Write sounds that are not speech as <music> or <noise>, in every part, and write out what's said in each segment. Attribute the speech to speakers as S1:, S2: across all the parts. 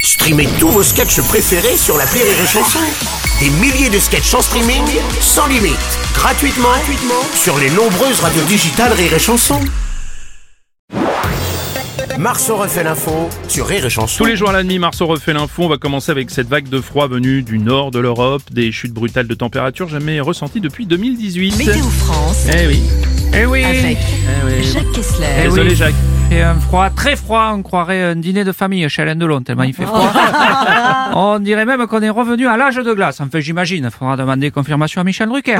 S1: Streamez tous vos sketchs préférés sur la Rire et Chanson. Des milliers de sketchs en streaming, sans limite, gratuitement, gratuitement sur les nombreuses radios digitales Rire et Chanson. Marceau refait l'info sur Rire et Chanson.
S2: Tous les jours à la nuit, Marceau refait l'info. On va commencer avec cette vague de froid venue du nord de l'Europe, des chutes brutales de température jamais ressenties depuis 2018.
S3: Météo France
S2: Eh oui. Eh oui.
S3: avec
S2: Eh oui.
S3: Jacques Kessler.
S4: Eh oui.
S2: Désolé Jacques.
S4: C'est un froid très froid, on croirait un dîner de famille chez Alain Delon, tellement il fait froid. on dirait même qu'on est revenu à l'âge de glace. Enfin, j'imagine, faudra demander confirmation à Michel Drucker.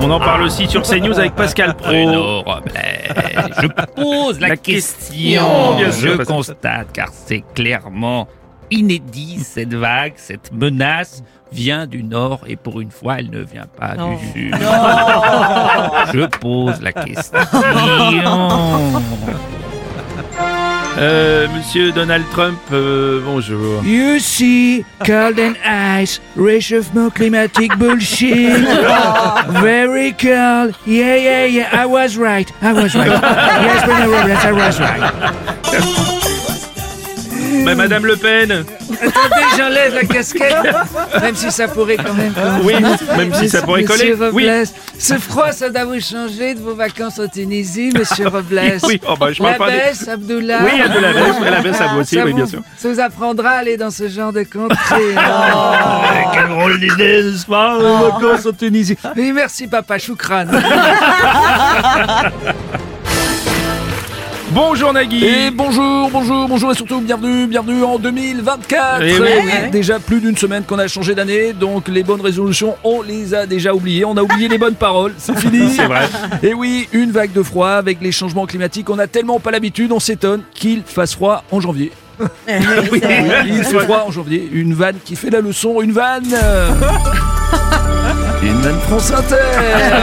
S2: On en parle aussi sur CNews avec Pascal Pro.
S5: je pose la,
S4: La
S5: question.
S2: Bien sûr,
S5: je
S2: parce que-
S5: constate, car c'est clairement inédit, cette vague, cette menace vient du nord et pour une fois, elle ne vient pas du sud. Je pose la question.
S2: Euh, Monsieur Donald Trump, euh, bonjour.
S4: You see, cold and ice, réchauffement climatique bullshit. Very cold. Yeah, yeah, yeah, I was right. I was right. Yes, Bruno Robles, I was right.
S2: Bah, Madame Le Pen.
S4: Attendez, j'enlève la casquette, même si ça pourrait quand même coller.
S2: Ah Oui, même si ça pourrait coller.
S4: Monsieur
S2: Oui.
S4: Robles, ce froid, ça doit vous changer de vos vacances en Tunisie,
S2: <laughs>
S4: monsieur Robles.
S2: Oui, oh, bah, je
S4: la
S2: parle pas des-
S4: baisse, Abdullah.
S2: Oui, elle de la baisse, elle la baisse à vous aussi,
S4: ça
S2: oui,
S4: vous,
S2: bien sûr.
S4: Ça vous apprendra à aller dans ce genre de contrée.
S2: <laughs> Ah, Quelle drôle d'idée, n'est-ce pas vacances en Tunisie.
S4: Oui, merci, papa Choukran.
S2: Bonjour Nagui.
S6: Et bonjour, bonjour, bonjour et surtout bienvenue, bienvenue en 2024
S2: Eh oui.
S6: Eh, Déjà plus d'une semaine qu'on a changé d'année, donc les bonnes résolutions, on les a déjà oubliées, on a oublié les bonnes paroles,
S2: <laughs>
S6: c'est fini
S2: C'est vrai.
S6: Et oui, une vague de froid avec les changements climatiques, on a tellement pas l'habitude, on s'étonne qu'il fasse froid en janvier.
S2: Eh
S6: <laughs> oui, il fait froid en janvier, une vanne qui fait la leçon, une vanne
S2: <laughs>
S6: euh, Une vanne France Inter